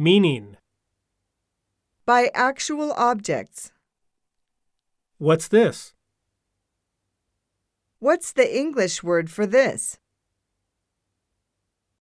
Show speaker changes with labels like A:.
A: Meaning,
B: by actual objects.
A: what's this?
B: What's the English word for this?